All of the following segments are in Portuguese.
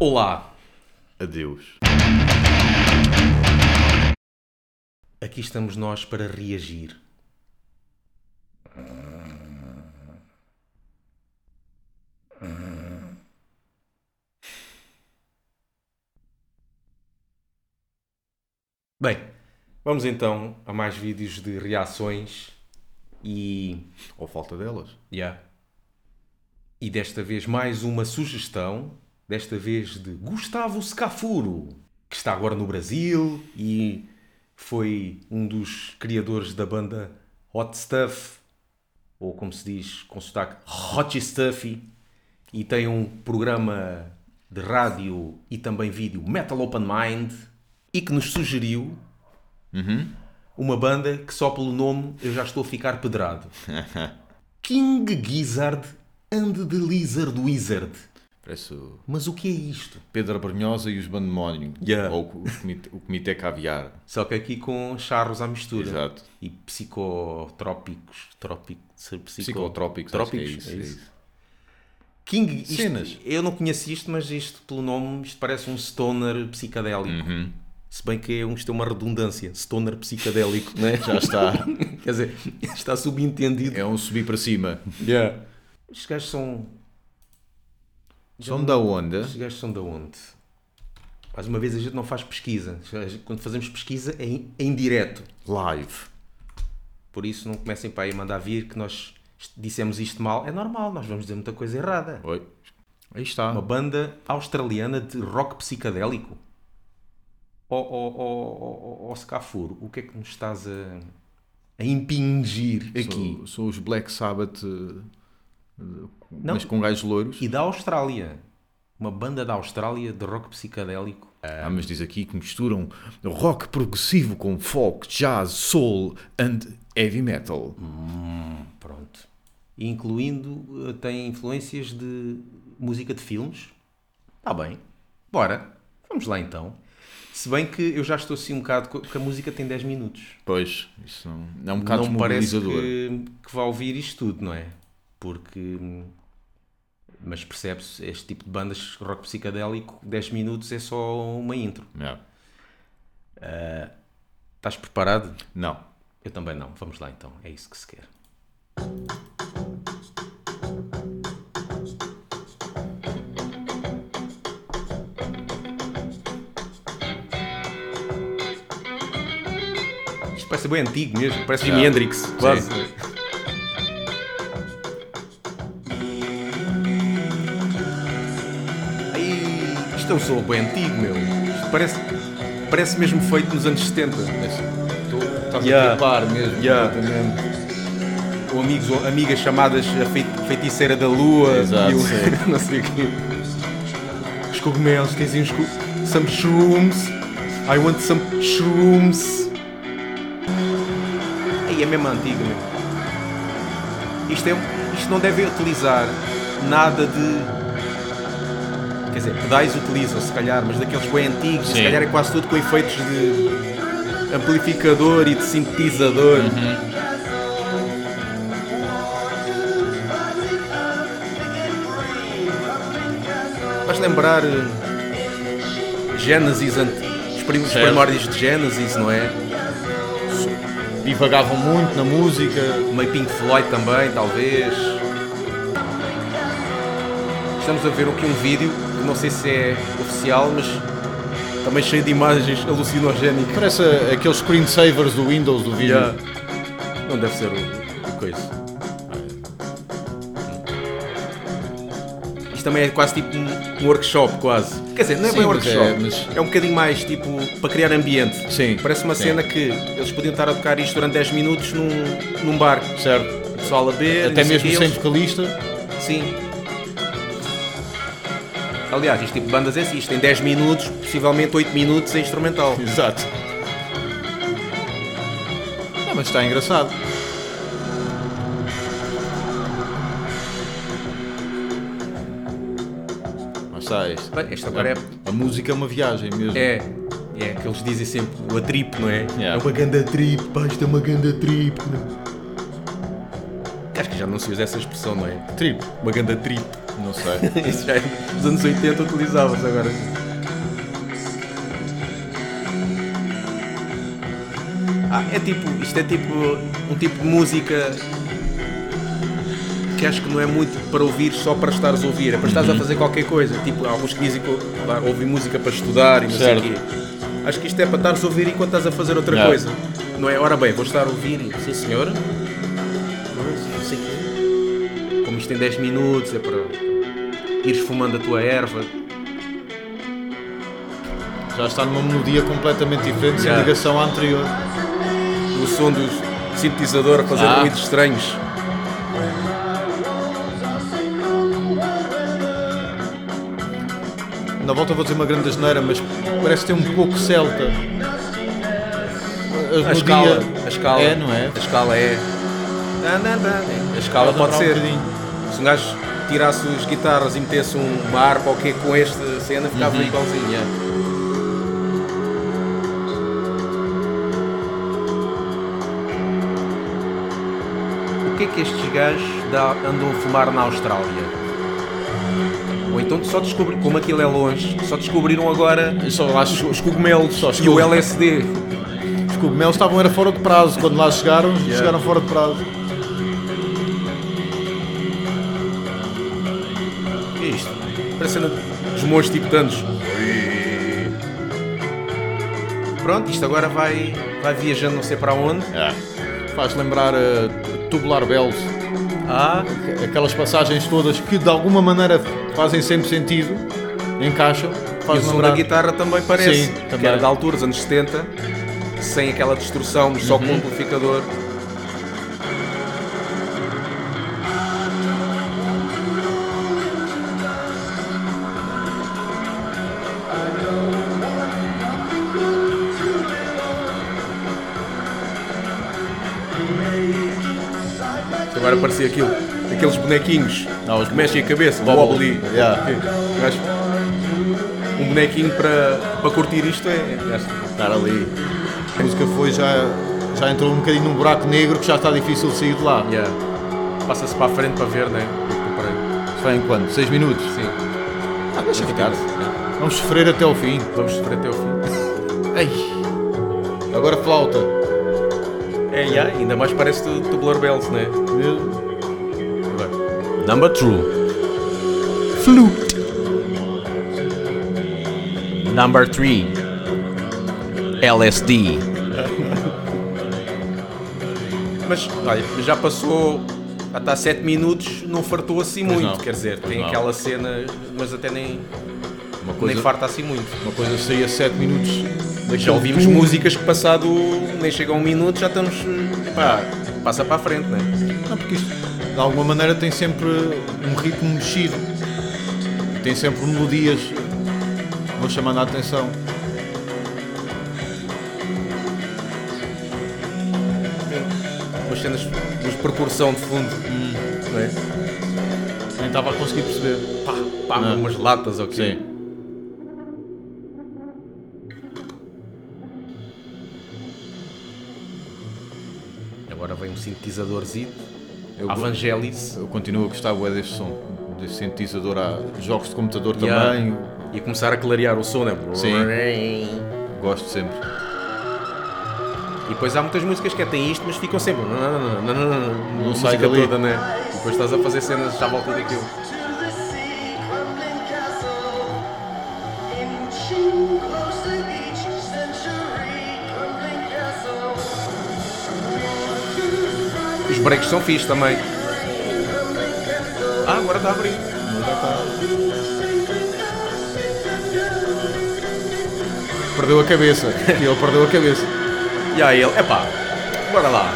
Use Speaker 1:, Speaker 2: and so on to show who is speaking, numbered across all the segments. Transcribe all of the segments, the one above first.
Speaker 1: Olá,
Speaker 2: Adeus.
Speaker 1: aqui estamos nós para reagir. Bem, vamos então a mais vídeos de reações e.
Speaker 2: Ou falta delas.
Speaker 1: Yeah. E desta vez mais uma sugestão, desta vez de Gustavo Scafuro, que está agora no Brasil e foi um dos criadores da banda Hot Stuff, ou como se diz com sotaque, Hot Stuffy, e tem um programa de rádio e também vídeo Metal Open Mind, e que nos sugeriu uma banda que só pelo nome eu já estou a ficar pedrado. King Gizzard and the Lizard Wizard.
Speaker 2: Parece o
Speaker 1: Mas o que é isto?
Speaker 2: Pedro Brunhosa e os Bandemónio.
Speaker 1: Yeah.
Speaker 2: Ou o comitê, o comitê Caviar.
Speaker 1: Só que aqui com charros à mistura.
Speaker 2: Exato.
Speaker 1: E psicotrópicos. Trópico, ser psico-
Speaker 2: Psicotrópicos, acho que é isso, é isso.
Speaker 1: King isto-
Speaker 2: Cenas.
Speaker 1: Eu não conheço isto, mas isto pelo nome isto parece um stoner psicadélico.
Speaker 2: Uhum.
Speaker 1: Se bem que é um- isto é uma redundância. Stoner psicadélico, não é?
Speaker 2: Já está.
Speaker 1: Quer dizer, está subentendido.
Speaker 2: É um subir para cima.
Speaker 1: Yeah. Estes gajos são
Speaker 2: São da onda.
Speaker 1: Estes gajos são de onde? Mais uma vez, a gente não faz pesquisa. Quando fazemos pesquisa é em, em direto.
Speaker 2: Live.
Speaker 1: Por isso, não comecem para aí a mandar vir que nós dissemos isto mal. É normal, nós vamos dizer muita coisa errada.
Speaker 2: Oi. Aí está.
Speaker 1: Uma banda australiana de rock psicadélico. Ó oh, oh, oh, Scafuro, o que é que nos estás a, a impingir aqui?
Speaker 2: São, são os Black Sabbath, eh,
Speaker 1: Não.
Speaker 2: mas com gajos loiros.
Speaker 1: E da Austrália. Uma banda da Austrália de rock psicadélico.
Speaker 2: Ah, mas diz aqui que misturam rock progressivo com folk, jazz, soul and heavy metal.
Speaker 1: Pronto. E Incluindo, eh, tem influências de música de filmes. Está Tá bem. Bora. Vamos lá então. Se bem que eu já estou assim um bocado, co- porque a música tem 10 minutos.
Speaker 2: Pois, isso não, é um bocado
Speaker 1: não me parece
Speaker 2: desmobilizador.
Speaker 1: que, que vá ouvir isto tudo, não é? Porque. hum, Mas percebe-se, este tipo de bandas rock psicadélico, 10 minutos é só uma intro.
Speaker 2: Yeah.
Speaker 1: Estás preparado?
Speaker 2: Não.
Speaker 1: Eu também não. Vamos lá então. É isso que se quer. Isto parece bem antigo mesmo. Parece Jimi
Speaker 2: Já.
Speaker 1: Hendrix. Quase. Ai, Isto é um som bem antigo, meu. Isto parece, parece mesmo feito nos anos 70.
Speaker 2: Mas tu estás
Speaker 1: Yeah.
Speaker 2: a tripar mesmo.
Speaker 1: Yeah. Ou amigos ou amigas chamadas a fei- feiticeira da lua
Speaker 2: Exato,
Speaker 1: e o-
Speaker 2: sim.
Speaker 1: não sei o quê. Os cogumelos, tens aí uns co- some shrooms. I want some shrooms. Aí é mesmo antigo, meu. Isto, é, isto não deve utilizar nada de. Quer dizer, pedais utilizam, se calhar, mas daqueles bem antigos, se
Speaker 2: Sim.
Speaker 1: calhar é quase tudo com efeitos de amplificador e de sintetizador.
Speaker 2: Uhum.
Speaker 1: Faz lembrar eh, Genesis, ant- os primos
Speaker 2: Certo.
Speaker 1: primórdios de Genesis, não é?
Speaker 2: Divagavam muito na música.
Speaker 1: Meio Pink Floyd também, talvez. Estamos a ver aqui um vídeo, que não sei se é oficial, mas também cheio de imagens alucinogénicas.
Speaker 2: Parece aqueles screensavers do Windows do vídeo.
Speaker 1: Yeah. Não deve ser o, o coisa. Isto também é quase tipo um, um workshop, quase. Quer dizer, não é
Speaker 2: Sim,
Speaker 1: bem
Speaker 2: mas é-
Speaker 1: workshop. É,
Speaker 2: mas-
Speaker 1: um bocadinho mais tipo para criar ambiente.
Speaker 2: Sim, É.
Speaker 1: Parece uma
Speaker 2: sim.
Speaker 1: cena que eles podiam estar a tocar isto durante 10 minutos num, num bar.
Speaker 2: Certo.
Speaker 1: O pessoal a ver,
Speaker 2: Até
Speaker 1: não sei
Speaker 2: mesmo
Speaker 1: quê,
Speaker 2: sem
Speaker 1: eles-
Speaker 2: vocalista.
Speaker 1: Sim. Aliás, este tipo de bandas é assim, isto tem 10 minutos, possivelmente 8 minutos é instrumental.
Speaker 2: Exato. Não, mas está engraçado. Mas está este.
Speaker 1: Bem, esta agora é-
Speaker 2: A música é uma viagem mesmo.
Speaker 1: É, é que eles dizem sempre o trip, não é?
Speaker 2: Yeah.
Speaker 1: É uma ganda trip, pá, isto é uma ganda trip. Acho que já não se usa essa expressão, não é?
Speaker 2: Tribo.
Speaker 1: Uma ganda trip.
Speaker 2: Não sei.
Speaker 1: Isso já é dos anos 80 utilizava-se agora. Ah, é tipo, isto é tipo um tipo de música que acho que não é muito para ouvir só para estares a ouvir, é para estares a fazer qualquer coisa. Tipo, há alguns que dizem que ah, ouvem música para estudar e não
Speaker 2: Certo.
Speaker 1: sei o quê. Acho que isto é para estares a ouvir enquanto estás a fazer outra
Speaker 2: Yeah.
Speaker 1: coisa. Não é? Ora bem, vou estar a ouvir, e, sim senhor. Não sei o quê. Como isto tem 10 minutos, é para ires fumando a tua erva.
Speaker 2: Já está numa melodia completamente diferente, sem
Speaker 1: Yeah.
Speaker 2: ligação à anterior.
Speaker 1: o som do sintetizador a fazer
Speaker 2: Ah.
Speaker 1: ruídos estranhos.
Speaker 2: Na volta vou dizer uma grande asneira, mas parece ter um pouco celta.
Speaker 1: A escala, a escala.
Speaker 2: É, não é?
Speaker 1: A escala é. Tan, tan, tan. A escala
Speaker 2: Vai
Speaker 1: pode
Speaker 2: dobrar um
Speaker 1: ser.
Speaker 2: bocadinho.
Speaker 1: Se um gajo tirasse as guitarras e metesse um- uma harpa ou o quê com esta cena, ficava igualzinho. é. yeah. O que é que estes gajos dá- andam a fumar na Austrália? Ou então só descobriram, como aquilo é longe, só descobriram agora
Speaker 2: Só lá os, os cogumelos. Só os
Speaker 1: E o
Speaker 2: cogumelos.
Speaker 1: LSD?
Speaker 2: Os cogumelos estavam era fora de prazo. Quando lá chegaram, chegaram fora de prazo.
Speaker 1: O que é isto? Parecendo os monstros tibetanos. Pronto, isto agora vai, vai viajando não sei para onde.
Speaker 2: Faz lembrar a Tubular Bells.
Speaker 1: Ah,
Speaker 2: Aquelas passagens todas que de alguma maneira fazem sempre sentido, encaixam.
Speaker 1: e o
Speaker 2: Faz
Speaker 1: som da
Speaker 2: lembrar.
Speaker 1: guitarra também parece.
Speaker 2: Sim,
Speaker 1: Que
Speaker 2: também.
Speaker 1: era da altura dos anos 70, sem aquela distorção, só
Speaker 2: Uhum.
Speaker 1: com o amplificador. Agora parecia aquilo, aqueles bonequinhos
Speaker 2: Ah, os
Speaker 1: que mexem a cabeça, o
Speaker 2: Wobbly.
Speaker 1: Wobbly.
Speaker 2: Yeah.
Speaker 1: Eu acho que um bonequinho para, para curtir isto é. é esta.
Speaker 2: Estar ali. A música foi já, já entrou um bocadinho num buraco negro que já está difícil de sair de lá.
Speaker 1: Yeah. Passa-se para a frente para ver, né? Para
Speaker 2: Foi em quanto? 6 minutos?
Speaker 1: Sim.
Speaker 2: Ah, deixa ficar.
Speaker 1: É.
Speaker 2: Vamos sofrer até ao fim.
Speaker 1: Vamos sofrer até o fim.
Speaker 2: Ai. Agora flauta.
Speaker 1: É, yeah, ainda mais parece do Tubular Bells, né? Agora. Number two.
Speaker 2: Flute.
Speaker 1: Number three. LSD. Mas, olha, já passou. Já está 7 minutos, não fartou assim
Speaker 2: Pois
Speaker 1: muito.
Speaker 2: não.
Speaker 1: Quer dizer,
Speaker 2: Pois
Speaker 1: tem
Speaker 2: não.
Speaker 1: aquela cena, mas até nem,
Speaker 2: Uma
Speaker 1: nem farta assim muito.
Speaker 2: uma coisa saía 7 minutos.
Speaker 1: Já ouvimos músicas que passado nem chega a um minuto já estamos. Pá, passa para a frente, né?
Speaker 2: Não, porque isto de alguma maneira tem sempre um ritmo mexido. Tem sempre melodias. Vou chamando a atenção.
Speaker 1: Umas cenas, umas percussão de fundo,
Speaker 2: Hum.
Speaker 1: não é?
Speaker 2: Nem estava a conseguir perceber.
Speaker 1: Pá, pá,
Speaker 2: Não.
Speaker 1: umas latas ou quê? Agora vem um sintetizadorzinho,
Speaker 2: Eu,
Speaker 1: Evangelis,
Speaker 2: eu continuo a gostar bué deste som. Deste sintetizador. Há jogos de computador
Speaker 1: Yeah.
Speaker 2: também.
Speaker 1: e a começar a clarear o som, né? Sim.
Speaker 2: Gosto sempre.
Speaker 1: E depois há muitas músicas que é, têm isto, mas ficam sempre. Não, não, não, não, não, não, não,
Speaker 2: Não sai
Speaker 1: música
Speaker 2: dali.
Speaker 1: toda, né? E depois estás a fazer cenas à volta daquilo. Os breaks são fixe também. Ah, agora está a abrir.
Speaker 2: Perdeu a cabeça. E ele perdeu a cabeça.
Speaker 1: E aí ele, epá, bora lá.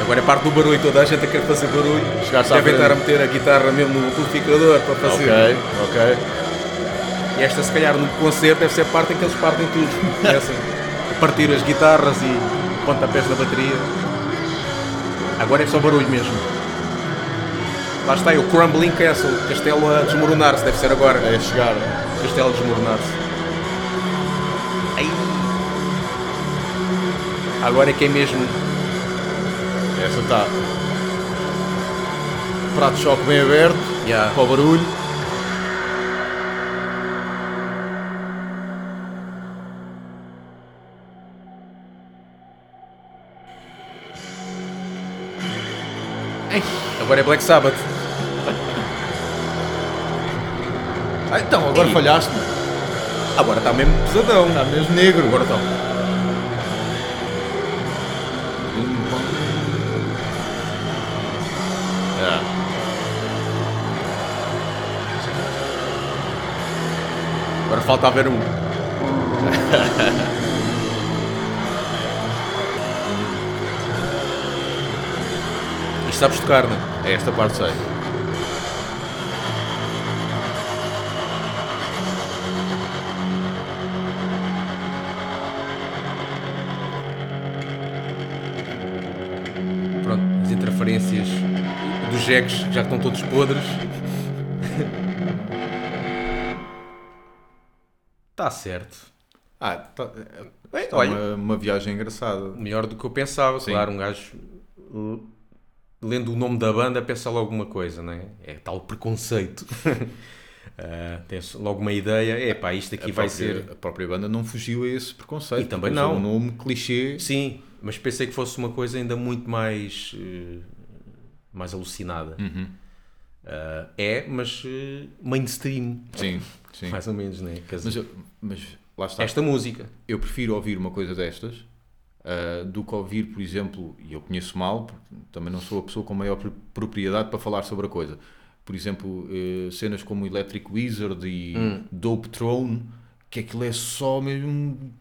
Speaker 1: Agora é parte do barulho, toda a gente quer fazer barulho.
Speaker 2: Chegaste à
Speaker 1: Devem
Speaker 2: frente.
Speaker 1: estar a meter a guitarra mesmo no amplificador para
Speaker 2: Ok,
Speaker 1: fazer.
Speaker 2: ok.
Speaker 1: E esta, se calhar, no concerto deve ser a parte em que eles partem tudo. Começam a partir as guitarras e pontapés da bateria. Agora é só barulho mesmo. Lá está, é o Crumbling Castle, castelo a desmoronar-se, deve ser agora. né?
Speaker 2: É chegar.
Speaker 1: Castelo desmoronar-se. Ai. Agora é que é mesmo
Speaker 2: Essa está. tá. prato de choque bem aberto,
Speaker 1: Yeah.
Speaker 2: para o barulho.
Speaker 1: Agora é Black Sabbath.
Speaker 2: Ah, então, agora
Speaker 1: Ei.
Speaker 2: falhaste, mano.
Speaker 1: Agora está mesmo pesadão.
Speaker 2: está mesmo negro.
Speaker 1: Agora está.
Speaker 2: Ah.
Speaker 1: Agora falta haver um. Isto sabes tocar, não é?
Speaker 2: É esta parte sei.
Speaker 1: Pronto, as interferências dos jeques que já estão todos podres. Está certo.
Speaker 2: Ah, tá, é, tá
Speaker 1: eh, olha.
Speaker 2: uma, uma viagem engraçada.
Speaker 1: Melhor do que eu pensava, claro, um gajo uh, lendo o nome da banda pensa logo uma coisa, não é? É tal preconceito. Ah, tem logo uma ideia, é pá, isto aqui
Speaker 2: a
Speaker 1: vai
Speaker 2: própria,
Speaker 1: ser.
Speaker 2: a própria banda não fugiu a esse preconceito.
Speaker 1: E também
Speaker 2: Usou
Speaker 1: não.
Speaker 2: Um nome clichê.
Speaker 1: Sim, mas pensei que fosse uma coisa ainda muito mais. eh, mais alucinada.
Speaker 2: Uhum.
Speaker 1: Ah, é, mas eh, mainstream.
Speaker 2: Sim, sim.
Speaker 1: Mais ou menos, né? Quer dizer,
Speaker 2: Mas, eu- mas lá está.
Speaker 1: esta música.
Speaker 2: Eu prefiro ouvir uma coisa destas ah, do que ouvir, por exemplo, e eu conheço mal, porque também não sou a pessoa com maior pro- propriedade para falar sobre a coisa. Por exemplo, eh, cenas como Electric Wizard e Dope Throne, que aquilo é só mesmo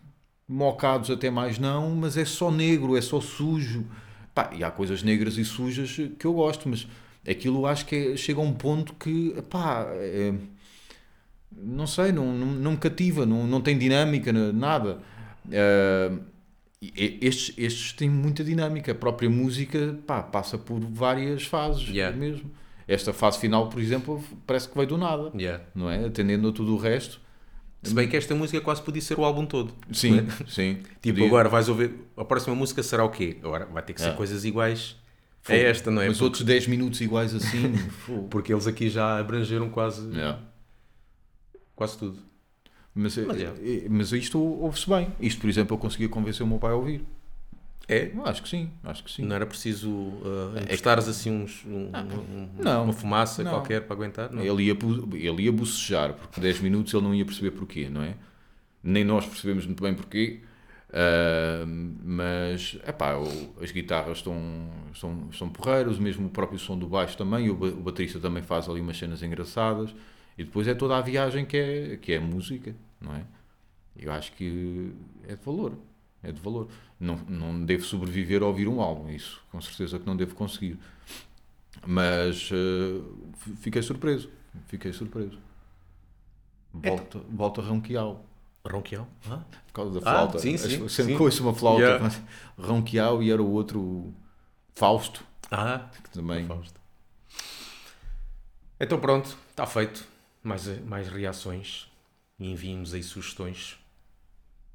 Speaker 2: mocados até mais não, mas é só negro, é só sujo. Pá, e há coisas negras e sujas que eu gosto, mas aquilo acho que é- chega a um ponto que, pá, é- não sei, não, não, não me cativa, não, não tem dinâmica, n- nada. Ah, e- e- estes, estes têm muita dinâmica. A própria música pá, passa por várias fases
Speaker 1: Yeah.
Speaker 2: mesmo. Esta fase final, por exemplo, parece que veio do nada,
Speaker 1: Yeah.
Speaker 2: não é? Atendendo a tudo o resto. Uhum.
Speaker 1: Se bem que esta música quase podia ser o álbum todo.
Speaker 2: Sim, sim.
Speaker 1: Tipo,
Speaker 2: Podia-
Speaker 1: agora vais ouvir. A próxima música será o quê? Agora vai ter que ser
Speaker 2: É.
Speaker 1: coisas iguais a esta, não é?
Speaker 2: Mas
Speaker 1: Porque,
Speaker 2: outros 10 minutos iguais assim. fogo.
Speaker 1: porque eles aqui já abrangeram quase,
Speaker 2: Yeah.
Speaker 1: quase tudo.
Speaker 2: Mas, eh,
Speaker 1: Mas é.
Speaker 2: eh, mas isto ouve-se bem. Isto, por exemplo, eu conseguia convencer o meu pai a ouvir.
Speaker 1: É?
Speaker 2: Eu Acho que sim, acho que sim. É Ah,
Speaker 1: Não era preciso uh, emprestares assim uns, um- um-
Speaker 2: Não.
Speaker 1: uma fumaça
Speaker 2: Não. É.
Speaker 1: qualquer para aguentar? Não.
Speaker 2: Ele ia, bu- ele ia bocejar, porque 10 minutos ele não ia perceber porquê, não é? Nem nós percebemos muito bem porquê. Ah, mas epá, o- as guitarras estão, estão, estão porreiras, mesmo o próprio som do baixo também, o, ba- o baterista também faz ali umas cenas engraçadas, e depois é toda a viagem que é, que é a música, não é? Eu acho que é de valor. É de valor. Não, não devo sobreviver a ouvir um álbum, isso com certeza que não devo conseguir. Mas eh, f- fiquei surpreso. Fiquei surpreso.
Speaker 1: É
Speaker 2: Volta, volta ronquial.
Speaker 1: Ronquião? Ah?
Speaker 2: Por causa da
Speaker 1: Ah,
Speaker 2: flauta.
Speaker 1: sim,
Speaker 2: As-
Speaker 1: sim,
Speaker 2: Sempre
Speaker 1: sim.
Speaker 2: que ouço uma flauta.
Speaker 1: Yeah.
Speaker 2: mas Ronquial e era o outro Fausto,
Speaker 1: Ah,
Speaker 2: que também.
Speaker 1: Fausto. Então pronto, está feito. Mais, mais reações. E enviem-nos aí sugestões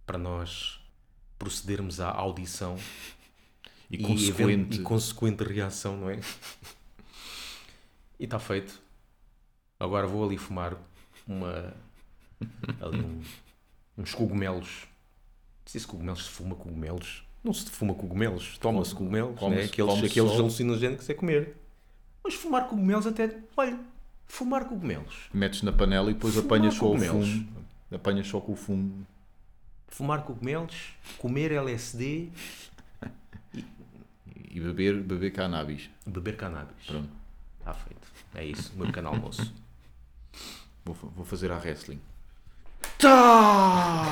Speaker 1: para nós procedermos à audição
Speaker 2: E
Speaker 1: e, event-
Speaker 2: consequente.
Speaker 1: e consequente reação, não é? e está feito. Agora vou ali fumar uma. ali um- uns cogumelos. Não sei se cogumelos se fuma cogumelos. Não se fuma cogumelos, toma-se cogumelos,
Speaker 2: come-se-
Speaker 1: né? aqueles,
Speaker 2: come-se
Speaker 1: aqueles
Speaker 2: só.
Speaker 1: alucinogénicos é comer. Mas fumar cogumelos até. Olha, fumar cogumelos.
Speaker 2: Metes na panela e depois
Speaker 1: Fumar
Speaker 2: apanhas só o
Speaker 1: cogumelos.
Speaker 2: fumo. Apanhas só com o fumo.
Speaker 1: Fumar cogumelos, comer LSD
Speaker 2: E beber, beber cannabis.
Speaker 1: e beber cannabis.
Speaker 2: Pronto.
Speaker 1: Está feito. É isso, o meu pequeno almoço.
Speaker 2: Vou, fa- vou fazer a wrestling.
Speaker 1: Tá!